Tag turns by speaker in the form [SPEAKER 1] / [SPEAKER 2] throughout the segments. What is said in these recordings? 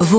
[SPEAKER 1] Vous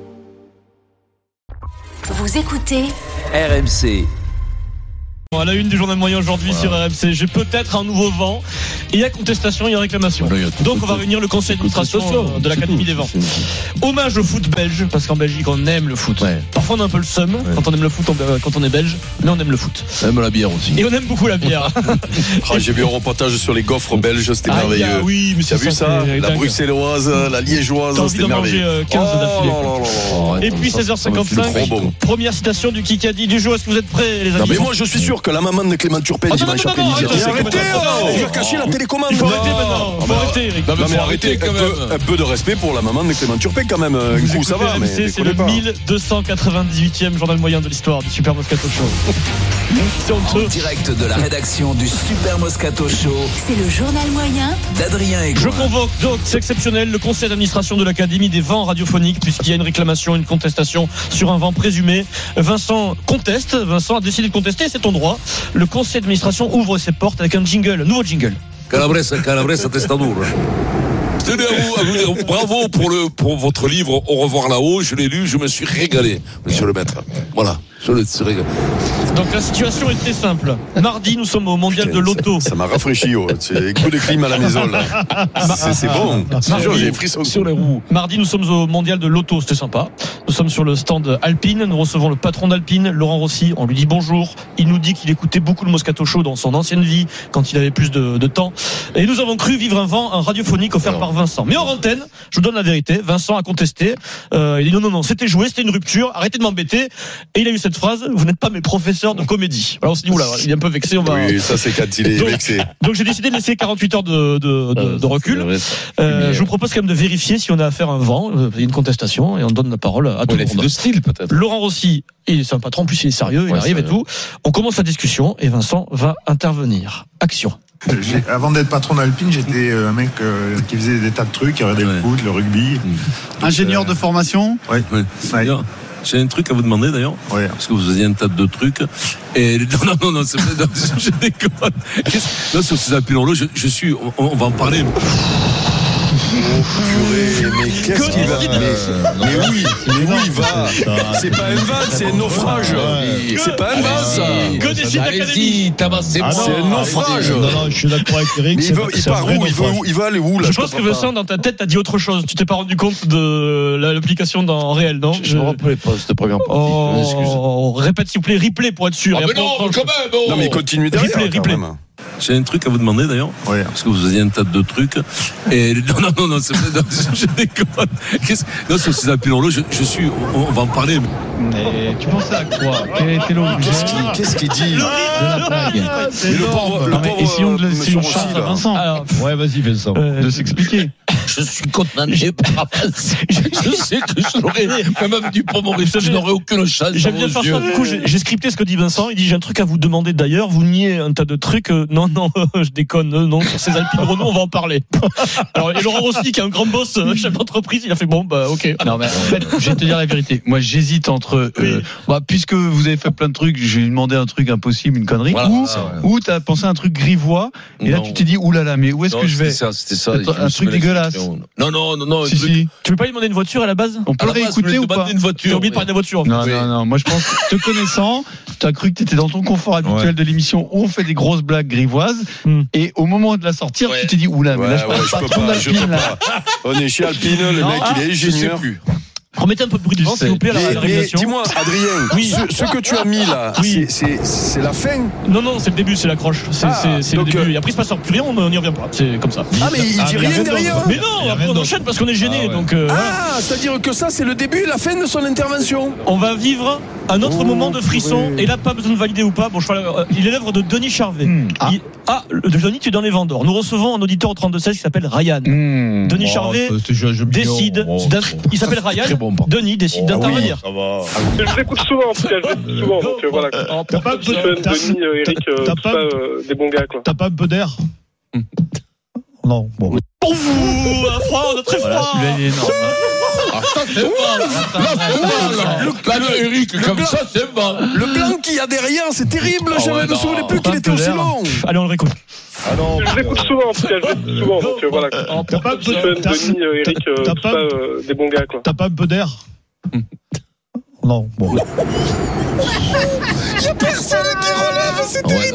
[SPEAKER 1] Vous écoutez
[SPEAKER 2] RMC.
[SPEAKER 3] Bon, à la une du journal moyen aujourd'hui sur RMC, j'ai peut-être un nouveau vent. Il y a contestation, il y a réclamation.
[SPEAKER 4] Voilà, il y a tout-
[SPEAKER 3] Donc on va réunir le conseil d'administration euh, de l'Académie des vents. Hommage au foot belge, parce qu'en Belgique on aime le foot.
[SPEAKER 4] Ouais.
[SPEAKER 3] Parfois on a un peu le seum quand on aime le foot, on- euh, quand on est belge, mais on aime le foot.
[SPEAKER 4] Même la bière aussi.
[SPEAKER 3] Et on aime beaucoup la bière.
[SPEAKER 5] Ah, j'ai vu un reportage sur les gaufres belges, c'était
[SPEAKER 3] Ah,
[SPEAKER 5] merveilleux.
[SPEAKER 3] bien, oui, mais
[SPEAKER 5] T'as
[SPEAKER 3] c'est
[SPEAKER 5] vu ça
[SPEAKER 3] c'est
[SPEAKER 5] La
[SPEAKER 3] dingue.
[SPEAKER 5] bruxelloise, la
[SPEAKER 3] T'as
[SPEAKER 5] liégeoise,
[SPEAKER 3] envie
[SPEAKER 5] c'était
[SPEAKER 3] d'en manger
[SPEAKER 5] merveilleux.
[SPEAKER 3] euh, 15 d'affilée.
[SPEAKER 5] Oh là là là là.
[SPEAKER 3] Et puis
[SPEAKER 5] Ça me fait
[SPEAKER 3] 16h55,
[SPEAKER 5] trop bon.
[SPEAKER 3] première citation du Kikadi du jour. Est-ce que vous êtes prêts, les
[SPEAKER 5] Non
[SPEAKER 3] amis
[SPEAKER 5] mais moi je suis sûr que la maman de Clément Turpin
[SPEAKER 3] Ah, non,
[SPEAKER 5] dimanche
[SPEAKER 3] non, non, non,
[SPEAKER 5] après-midi
[SPEAKER 3] arrêtez,
[SPEAKER 5] Arrêtez
[SPEAKER 3] arrêtez,
[SPEAKER 5] oh,
[SPEAKER 3] arrêtez.
[SPEAKER 5] Il a caché la télécommande
[SPEAKER 3] Il faut
[SPEAKER 5] Non.
[SPEAKER 3] arrêter maintenant,
[SPEAKER 5] Ah,
[SPEAKER 3] faut
[SPEAKER 5] bah,
[SPEAKER 3] arrêter, Eric.
[SPEAKER 5] Non, mais arrêtez, un peu, un peu de respect pour la maman de Clément Turpin quand même. Un
[SPEAKER 3] Vous
[SPEAKER 5] coup ça
[SPEAKER 3] écoutez
[SPEAKER 5] va,
[SPEAKER 3] RMC,
[SPEAKER 5] mais
[SPEAKER 3] c'est le
[SPEAKER 5] déconnez pas.
[SPEAKER 3] 1298e journal moyen de l'histoire du Super Moscato Show. C'est honteux.
[SPEAKER 2] En direct de la rédaction du Super Moscato Show
[SPEAKER 1] C'est le journal moyen
[SPEAKER 2] d'Adrien
[SPEAKER 3] Je
[SPEAKER 2] Egoin.
[SPEAKER 3] convoque donc, c'est exceptionnel, le conseil d'administration de l'Académie des vents radiophoniques, puisqu'il y a une réclamation, une contestation sur un vent présumé. Vincent conteste, Vincent a décidé de contester, c'est ton droit. Le conseil d'administration ouvre ses portes avec un jingle, un nouveau jingle.
[SPEAKER 6] Calabresa, Calabresa, Testadour.
[SPEAKER 7] Tenez à vous, à vous dire bravo pour, le, pour votre livre Au revoir là-haut. Je l'ai lu, je me suis régalé, monsieur le maître. Voilà, je me suis régalé.
[SPEAKER 3] Donc la situation était simple. Mardi, nous sommes au mondial de l'auto.
[SPEAKER 5] Ça m'a rafraîchi, oh. c'est coup de clim à la maison là. C'est c'est bon. C'est sûr, j'ai des frissons.
[SPEAKER 3] sur les roues. Mardi, nous sommes au mondial de l'auto, c'était sympa. Nous sommes sur le stand Alpine, nous recevons le patron d'Alpine, Laurent Rossi, on lui dit bonjour. Il nous dit qu'il écoutait beaucoup le Moscato Show dans son ancienne vie, quand il avait plus de, de temps. Et nous avons cru vivre un vent, un radiophonique offert par Vincent. Mais en antenne, je vous donne la vérité, Vincent a contesté. Euh, il dit non, non, non, c'était joué, c'était une rupture, arrêtez de m'embêter. Et il a eu cette phrase, vous n'êtes pas mes professeurs de comédie. Alors on s'est dit, oula, il est un peu vexé, on va...
[SPEAKER 5] Oui, ça c'est quand il est
[SPEAKER 3] Donc-
[SPEAKER 5] vexé.
[SPEAKER 3] Donc j'ai décidé de laisser 48 heures de, de-
[SPEAKER 6] Euh,
[SPEAKER 3] de- de recul. Euh, je vous propose quand même de vérifier si on a affaire à un vent, euh, il y a une contestation, et on donne la parole à tout le monde.
[SPEAKER 6] style, peut-être.
[SPEAKER 3] Laurent Rossi, il est un patron, en plus il est sérieux, il
[SPEAKER 6] Ouais,
[SPEAKER 3] arrive et
[SPEAKER 6] c'est-
[SPEAKER 3] tout. On commence la discussion et Vincent va intervenir. Action.
[SPEAKER 8] J'ai- Avant d'être patron d'Alpine, j'étais euh, un mec euh, qui faisait des tas de trucs, qui regardait
[SPEAKER 6] Ouais.
[SPEAKER 8] le foot, le rugby. euh,
[SPEAKER 9] Ingénieur de formation
[SPEAKER 8] Ouais,
[SPEAKER 6] D'ailleurs, J'ai un truc à vous demander d'ailleurs,
[SPEAKER 8] ouais.
[SPEAKER 6] parce que vous faisiez un tas de trucs. Et non, non, non, non, c'est vrai, non, je déconne. Qu'est-ce- Non, sur ces appuis dans l'eau, je, je suis. On, on va en parler.
[SPEAKER 5] Purée, mais qu'est-ce qu'il va
[SPEAKER 3] Comédie.
[SPEAKER 5] mais, mais oui, mais oui, il va C'est pas un van, c'est un naufrage C'est pas un van, ça
[SPEAKER 3] Que décide l'Académie
[SPEAKER 5] Ah C'est un
[SPEAKER 2] Ah,
[SPEAKER 5] naufrage
[SPEAKER 9] je suis d'accord avec Eric.
[SPEAKER 5] Mais il, veut, il part où il, veut où il va aller où, là
[SPEAKER 3] je pense que
[SPEAKER 5] comprends pas.
[SPEAKER 3] Vincent, dans ta tête, t'as dit autre chose. Tu t'es pas rendu compte de la- l'application dans en réel, non Euh,
[SPEAKER 9] Je me rappelais pas cette première partie.
[SPEAKER 3] Oh,
[SPEAKER 9] Je m'excuse.
[SPEAKER 3] répète s'il vous plaît, replay pour être sûr. Et
[SPEAKER 7] mais
[SPEAKER 3] après,
[SPEAKER 7] non,
[SPEAKER 3] on
[SPEAKER 7] mais quand
[SPEAKER 3] tranche.
[SPEAKER 7] même oh.
[SPEAKER 5] Non, mais il continue derrière.
[SPEAKER 3] Replay,
[SPEAKER 5] quand
[SPEAKER 3] replay.
[SPEAKER 5] même.
[SPEAKER 6] J'ai un truc à vous demander d'ailleurs,
[SPEAKER 8] ouais.
[SPEAKER 6] parce que vous faisiez un tas de trucs. Et non, non, non, non, c'est vrai, non, je déconne. Qu'est-ce- Non, sur ces appuis dans l'eau, je, je suis. On, on va en parler.
[SPEAKER 9] Mais tu pensais à quoi Quel était l'objet
[SPEAKER 5] Qu'est-ce qu'il qu'est-ce qu'il dit
[SPEAKER 9] de la blague
[SPEAKER 5] Mais le pauvre, le
[SPEAKER 9] Non, mais
[SPEAKER 5] pauvre
[SPEAKER 9] essayons de
[SPEAKER 5] euh,
[SPEAKER 9] le
[SPEAKER 5] monsieur
[SPEAKER 9] si on
[SPEAKER 5] Rossi,
[SPEAKER 9] charge à
[SPEAKER 5] là.
[SPEAKER 9] Vincent.
[SPEAKER 3] Alors,
[SPEAKER 9] Ouais, vas-y, Vincent,
[SPEAKER 3] Euh,
[SPEAKER 9] de s'expliquer.
[SPEAKER 6] Je suis condamné par Je sais que je l'aurais, même avec du Pomoré,
[SPEAKER 3] je n'aurais
[SPEAKER 6] aucune chance.
[SPEAKER 3] J'aime bien faire ça. Du coup, j'ai j'ai scripté ce que dit Vincent. Il dit J'ai un truc à vous demander d'ailleurs. Vous niez un tas de trucs. Euh, non, non, je déconne. Euh, non, sur ces Alpines Renault, on va en parler. Alors, et Laurent Rossi, qui est un grand boss, euh, chef d'entreprise, il a fait Bon, bah, ok.
[SPEAKER 9] Non, mais en fait, je vais te dire la vérité. Moi, j'hésite entre. euh,
[SPEAKER 3] Oui.
[SPEAKER 9] bah, puisque vous avez fait plein de trucs, je vais lui demander un truc impossible, une connerie.
[SPEAKER 6] Voilà,
[SPEAKER 9] ou
[SPEAKER 6] c'est ça,
[SPEAKER 9] ou t'as pensé à un truc grivois. Et là,
[SPEAKER 6] Non.
[SPEAKER 9] tu t'es dit, oulala, mais où est-ce que je vais
[SPEAKER 6] C'était ça.
[SPEAKER 9] Attends,
[SPEAKER 6] je me
[SPEAKER 9] un truc
[SPEAKER 6] souviens
[SPEAKER 9] dégueulasse.
[SPEAKER 6] Non, non, non, non. un
[SPEAKER 9] Si,
[SPEAKER 6] truc-
[SPEAKER 9] si.
[SPEAKER 3] Tu veux pas lui demander une voiture à la base
[SPEAKER 9] On peut
[SPEAKER 6] À la
[SPEAKER 9] le
[SPEAKER 6] base,
[SPEAKER 9] réécouter
[SPEAKER 6] je
[SPEAKER 9] ou
[SPEAKER 6] voulais te
[SPEAKER 9] pas
[SPEAKER 6] demander une
[SPEAKER 3] T'as
[SPEAKER 6] voiture. Ah,
[SPEAKER 3] oublié de parler de la voiture.
[SPEAKER 9] Non,
[SPEAKER 6] Oui.
[SPEAKER 9] non, non. Moi, je pense, te connaissant, t'as cru que t'étais dans ton confort habituel de l'émission où on fait des grosses blagues grivoises.
[SPEAKER 3] Hmm.
[SPEAKER 9] Et au moment de la sortir,
[SPEAKER 6] Ouais.
[SPEAKER 9] tu t'es dit, oula, mais
[SPEAKER 5] Ouais,
[SPEAKER 9] là, je
[SPEAKER 5] ouais,
[SPEAKER 9] parle
[SPEAKER 5] je peux
[SPEAKER 9] pas trop
[SPEAKER 5] pas, je peux
[SPEAKER 9] d'Alpine, là.
[SPEAKER 5] pas. On est chez Alpine, le
[SPEAKER 3] Non,
[SPEAKER 5] mec, il est
[SPEAKER 6] Je sais
[SPEAKER 5] ingénieur.
[SPEAKER 6] plus.
[SPEAKER 3] Remettez un peu de bruit de vent, s'il vous plaît, à la- à
[SPEAKER 5] Mais,
[SPEAKER 3] la
[SPEAKER 5] mais
[SPEAKER 3] réalisation.
[SPEAKER 5] dis-moi, Adrien, ce, ce que tu as mis là,
[SPEAKER 3] Oui.
[SPEAKER 5] c'est- c'est c'est la fin
[SPEAKER 3] Non, non, c'est le début, c'est l'accroche. C'est
[SPEAKER 5] Ah,
[SPEAKER 3] c'est- c'est le
[SPEAKER 5] donc,
[SPEAKER 3] début.
[SPEAKER 5] euh,
[SPEAKER 3] Et après, il se passe plus rien, on n'y revient pas. C'est comme ça.
[SPEAKER 5] Ah, mais il dit rien derrière
[SPEAKER 3] Mais non, après, on enchaîne Ah, parce qu'on est gêné. Donc, euh, voilà.
[SPEAKER 5] Ah, c'est-à-dire que ça, c'est le début et la fin de son intervention.
[SPEAKER 3] on va vivre Un autre moment de frisson, et là, pas besoin de valider ou pas. Bon, je parle, euh, il est l'œuvre de Denis Charvet.
[SPEAKER 5] Hmm.
[SPEAKER 9] Ah.
[SPEAKER 3] Il- ah, le- Denis, tu es dans les vendeurs. Nous recevons un auditeur au 32-16 qui s'appelle Ryan.
[SPEAKER 5] Hmm.
[SPEAKER 9] Hmm.
[SPEAKER 3] Denis
[SPEAKER 5] Oh,
[SPEAKER 3] Charvet Décide, d'in- il s'appelle Ryan. Denis décide
[SPEAKER 5] Oh,
[SPEAKER 3] d'intervenir.
[SPEAKER 4] Je l'écoute souvent, en tout cas, je l'écoute souvent. Donc euh, voilà, quoi.
[SPEAKER 3] Oh,
[SPEAKER 9] T'as pas,
[SPEAKER 4] Stephen, Denis, euh, Eric, euh,
[SPEAKER 9] t'as
[SPEAKER 4] tout
[SPEAKER 9] pas-
[SPEAKER 4] ça, euh, des bons gars, quoi.
[SPEAKER 9] t'as pas un peu d'air
[SPEAKER 5] Hmm.
[SPEAKER 9] Non, bon.
[SPEAKER 3] Pour vous, un froid, on a très froid.
[SPEAKER 9] Ah,
[SPEAKER 7] Là, le Eric, comme ça, c'est bon.
[SPEAKER 5] Le blanc qu'il y a derrière, c'est terrible.
[SPEAKER 7] Ah
[SPEAKER 5] J'avais
[SPEAKER 7] ouais,
[SPEAKER 5] ne me souvenais
[SPEAKER 7] non.
[SPEAKER 5] plus qu'il était aussi long.
[SPEAKER 3] Allez, on le réécoute.
[SPEAKER 4] Je l'écoute souvent, en tout cas, je l'écoute souvent. Donc euh, voilà, quoi.
[SPEAKER 3] Oh,
[SPEAKER 9] T'as pas un peu
[SPEAKER 4] Stephen,
[SPEAKER 9] t'as-
[SPEAKER 4] Denis, euh, Eric, euh,
[SPEAKER 9] t'as
[SPEAKER 4] tout
[SPEAKER 9] pas-
[SPEAKER 4] ça, euh, des bons gars, quoi.
[SPEAKER 9] T'as pas un peu d'air
[SPEAKER 5] Hmm.
[SPEAKER 9] Non, bon.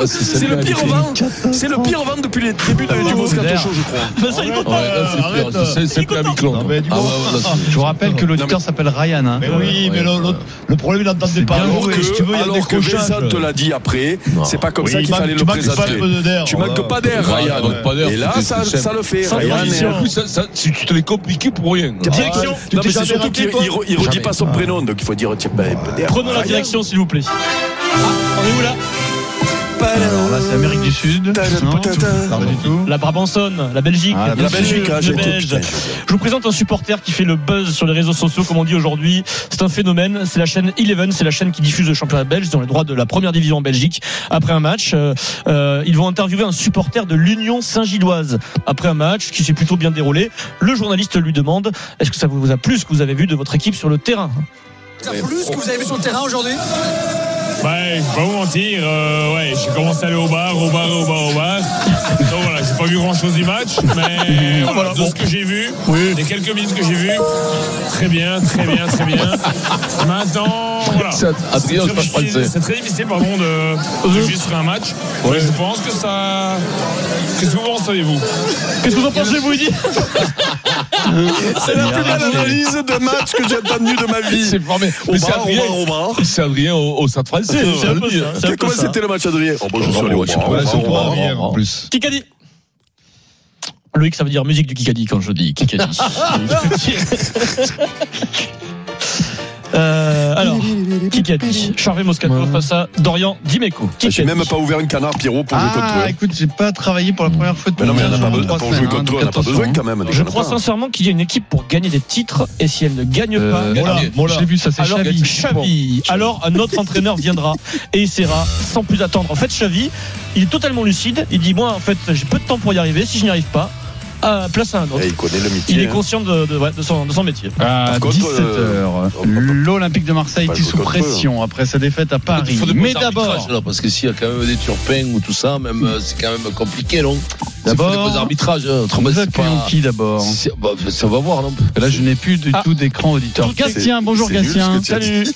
[SPEAKER 5] C'est le pire vent. C'est le pire vent depuis le début de- du Moscato Show, je crois.
[SPEAKER 3] Vincent, il est content.
[SPEAKER 7] C'est plus à mi-clan.
[SPEAKER 9] Non, mais du
[SPEAKER 7] Ah
[SPEAKER 9] coup,
[SPEAKER 7] ouais, ouais, là, c'est-
[SPEAKER 9] je vous rappelle que l'auditeur s'appelle Ryan. Hein.
[SPEAKER 7] Mais oui, mais l'autre- l'autre-
[SPEAKER 9] le problème, il n'entendait
[SPEAKER 5] Pas alors
[SPEAKER 9] Si tu
[SPEAKER 5] que,
[SPEAKER 9] veux, il y a des
[SPEAKER 5] alors que Vincent te l'a dit après, c'est pas comme ça qu'il fallait le présenter. Tu manques pas d'air, Ah, Ryan.
[SPEAKER 7] manque pas d'air,
[SPEAKER 5] Et là,
[SPEAKER 7] c'est
[SPEAKER 5] ça,
[SPEAKER 7] simple.
[SPEAKER 5] ça le fait.
[SPEAKER 7] Ça,
[SPEAKER 6] euh,
[SPEAKER 5] Ryan,
[SPEAKER 7] c'est-
[SPEAKER 5] est-
[SPEAKER 7] en plus, ça- ça- si tu te l'es compliqué pour rien.
[SPEAKER 3] Direction.
[SPEAKER 5] Non, mais c'est surtout qu'il il re- il redit pas son prénom, donc il faut dire tiens, ben, d'air.
[SPEAKER 3] Prenons la direction, s'il vous plaît. Ah, on est où là
[SPEAKER 9] Alors là, c'est Amérique du Sud. Non, pas du tout.
[SPEAKER 3] La Brabançonne, la Belgique,
[SPEAKER 9] Ah, la
[SPEAKER 3] bien
[SPEAKER 5] La
[SPEAKER 3] sûr,
[SPEAKER 5] Belgique, hein,
[SPEAKER 3] le
[SPEAKER 5] j'ai été-
[SPEAKER 3] Belge.
[SPEAKER 5] putain,
[SPEAKER 3] Je vous présente un supporter qui fait le buzz sur les réseaux sociaux, comme on dit aujourd'hui. C'est un phénomène. C'est la chaîne Eleven, c'est la chaîne qui diffuse le championnat belge. Ils ont les droits de la première division en Belgique. Après un match, euh, euh, ils vont interviewer un supporter de l'Union Saint-Gilloise. Après un match qui s'est plutôt bien déroulé, le journaliste lui demande Est-ce que ça vous a plu ce que vous avez vu de votre équipe sur le terrain
[SPEAKER 2] Plus que vous avez vu sur le terrain aujourd'hui
[SPEAKER 10] Ouais, je vais pas vous mentir, euh, ouais, j'ai commencé à aller au bar, au bar, au bar, au bar. Donc voilà, j'ai pas vu grand chose du match, mais voilà, de ce que j'ai vu, des quelques minutes que j'ai vu, très bien, très bien, très bien. Maintenant,
[SPEAKER 6] Ah.
[SPEAKER 10] voilà.
[SPEAKER 7] Ça, Adrien,
[SPEAKER 10] C'est
[SPEAKER 7] je parle
[SPEAKER 10] très difficile-
[SPEAKER 7] français.
[SPEAKER 10] C'est très difficile, pardon, de, de juger sur un match. Mais je pense que ça. Qu'est-ce que vous en savez-vous
[SPEAKER 3] Qu'est-ce que vous en pensez, vous il dit
[SPEAKER 5] C'est la plus belle analyse de match que j'ai entendue de ma vie.
[SPEAKER 7] C'est formé.
[SPEAKER 5] Au
[SPEAKER 7] Mais c'est
[SPEAKER 5] bar, au
[SPEAKER 7] Adrien.
[SPEAKER 5] bar, au bar.
[SPEAKER 7] C'est Adrien au, au Stade français.
[SPEAKER 3] C'est-
[SPEAKER 7] on
[SPEAKER 3] c'est
[SPEAKER 7] va
[SPEAKER 3] un
[SPEAKER 7] le
[SPEAKER 3] peu
[SPEAKER 7] dire.
[SPEAKER 3] ça, c'est un peu
[SPEAKER 5] Comment
[SPEAKER 3] ça.
[SPEAKER 5] c'était le match Adrien Oh, bon, je suis allé au bar, au bar, au bar.
[SPEAKER 7] en plus.
[SPEAKER 3] Kikadi Loïc, ça veut dire musique du Kikadi quand je dis Kikadi. euh, alors, Kikadi. Charvet Moscato face à Dorian Dimeco.
[SPEAKER 5] Ah, J'ai
[SPEAKER 3] Kikadi.
[SPEAKER 5] même pas ouvert un canard, Pierrot, pour jouer contre
[SPEAKER 9] Ah,
[SPEAKER 5] toi.
[SPEAKER 9] écoute, j'ai pas travaillé pour la première fois depuis
[SPEAKER 5] Mais non, mais on n'a pas
[SPEAKER 9] trois
[SPEAKER 5] besoin. Pour
[SPEAKER 9] semaines,
[SPEAKER 5] jouer
[SPEAKER 9] hein,
[SPEAKER 5] contre toi, on n'a
[SPEAKER 9] donc
[SPEAKER 5] pas besoin
[SPEAKER 9] attention,
[SPEAKER 5] quand même.
[SPEAKER 3] Je crois sincèrement qu'il y a une équipe pour gagner des titres et si elle ne gagne pas,
[SPEAKER 9] Euh,
[SPEAKER 3] voilà,
[SPEAKER 9] Mola, Mola. Je l'ai vu, ça c'est
[SPEAKER 3] alors
[SPEAKER 9] Xavi.
[SPEAKER 3] Xavi. alors un autre entraîneur viendra et essaiera sans plus attendre. En fait, Xavi, il est totalement lucide. Il dit moi, en fait, j'ai peu de temps pour y arriver. Si je n'y arrive pas, euh, place à un autre.
[SPEAKER 5] Eh, Il connaît le
[SPEAKER 3] Il
[SPEAKER 5] métier.
[SPEAKER 3] est
[SPEAKER 5] hein.
[SPEAKER 3] conscient de, de- ouais, de son, de son métier.
[SPEAKER 9] À
[SPEAKER 5] Par contre,
[SPEAKER 9] 17h,
[SPEAKER 5] euh,
[SPEAKER 9] l'Olympique de Marseille
[SPEAKER 5] Bah,
[SPEAKER 9] était
[SPEAKER 5] je
[SPEAKER 9] sous
[SPEAKER 5] veux contre eux.
[SPEAKER 9] pression après sa défaite à Paris.
[SPEAKER 6] des bons
[SPEAKER 9] Mais
[SPEAKER 6] arbitrages,
[SPEAKER 9] d'abord,
[SPEAKER 6] là, Parce que s'il y a quand même des turpins ou tout ça, même euh, c'est quand même compliqué, non
[SPEAKER 9] D'abord,
[SPEAKER 6] Il faut des bons arbitrages. hein, Autrement,
[SPEAKER 9] nous
[SPEAKER 6] c'est
[SPEAKER 9] accueillons
[SPEAKER 6] pas.
[SPEAKER 9] qui d'abord
[SPEAKER 6] c'est- bah, Ça va voir, non
[SPEAKER 9] Là, je n'ai plus du
[SPEAKER 3] Ah.
[SPEAKER 9] tout d'écran auditeur.
[SPEAKER 3] Tout est-
[SPEAKER 9] Gatien, bonjour
[SPEAKER 5] c'est nul,
[SPEAKER 9] Gatien.
[SPEAKER 5] ce que tu as dit.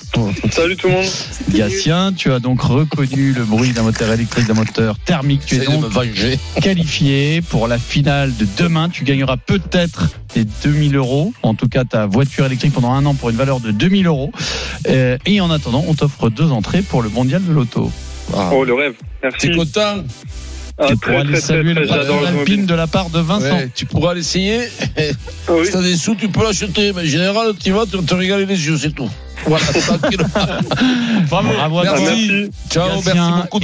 [SPEAKER 4] Salut tout le monde.
[SPEAKER 9] Gatien, tu as donc reconnu le bruit d'un moteur électrique, d'un moteur thermique. Tu es
[SPEAKER 6] J'essaie de
[SPEAKER 9] donc
[SPEAKER 6] me venger.
[SPEAKER 9] qualifié pour la finale de demain. Tu gagneras peut-être les 2000 euros. En tout cas, ta voiture électrique pendant un an pour une valeur de 2000 euros. Euh, Et en attendant, on t'offre deux entrées pour le mondial de l'auto.
[SPEAKER 4] Oh, le rêve.
[SPEAKER 6] T'es
[SPEAKER 4] Merci.
[SPEAKER 6] content
[SPEAKER 4] Ah,
[SPEAKER 9] Et pour
[SPEAKER 4] très,
[SPEAKER 9] aller
[SPEAKER 4] très, très,
[SPEAKER 9] saluer
[SPEAKER 4] très,
[SPEAKER 9] le
[SPEAKER 4] j'adore
[SPEAKER 9] patron alpine
[SPEAKER 4] l'automobile.
[SPEAKER 9] de la part de Vincent.
[SPEAKER 6] Ouais, Tu pourras l'essayer
[SPEAKER 4] Ah oui.
[SPEAKER 6] Si t'as des sous, tu peux l'acheter. Mais en général, tu vas, tu vas te régaler les yeux, c'est tout. Voilà, tranquille.
[SPEAKER 3] Bravo.
[SPEAKER 9] Bravo à
[SPEAKER 4] Ah,
[SPEAKER 9] toi.
[SPEAKER 4] merci.
[SPEAKER 6] Ciao,
[SPEAKER 9] Gatien.
[SPEAKER 6] merci hein. beaucoup.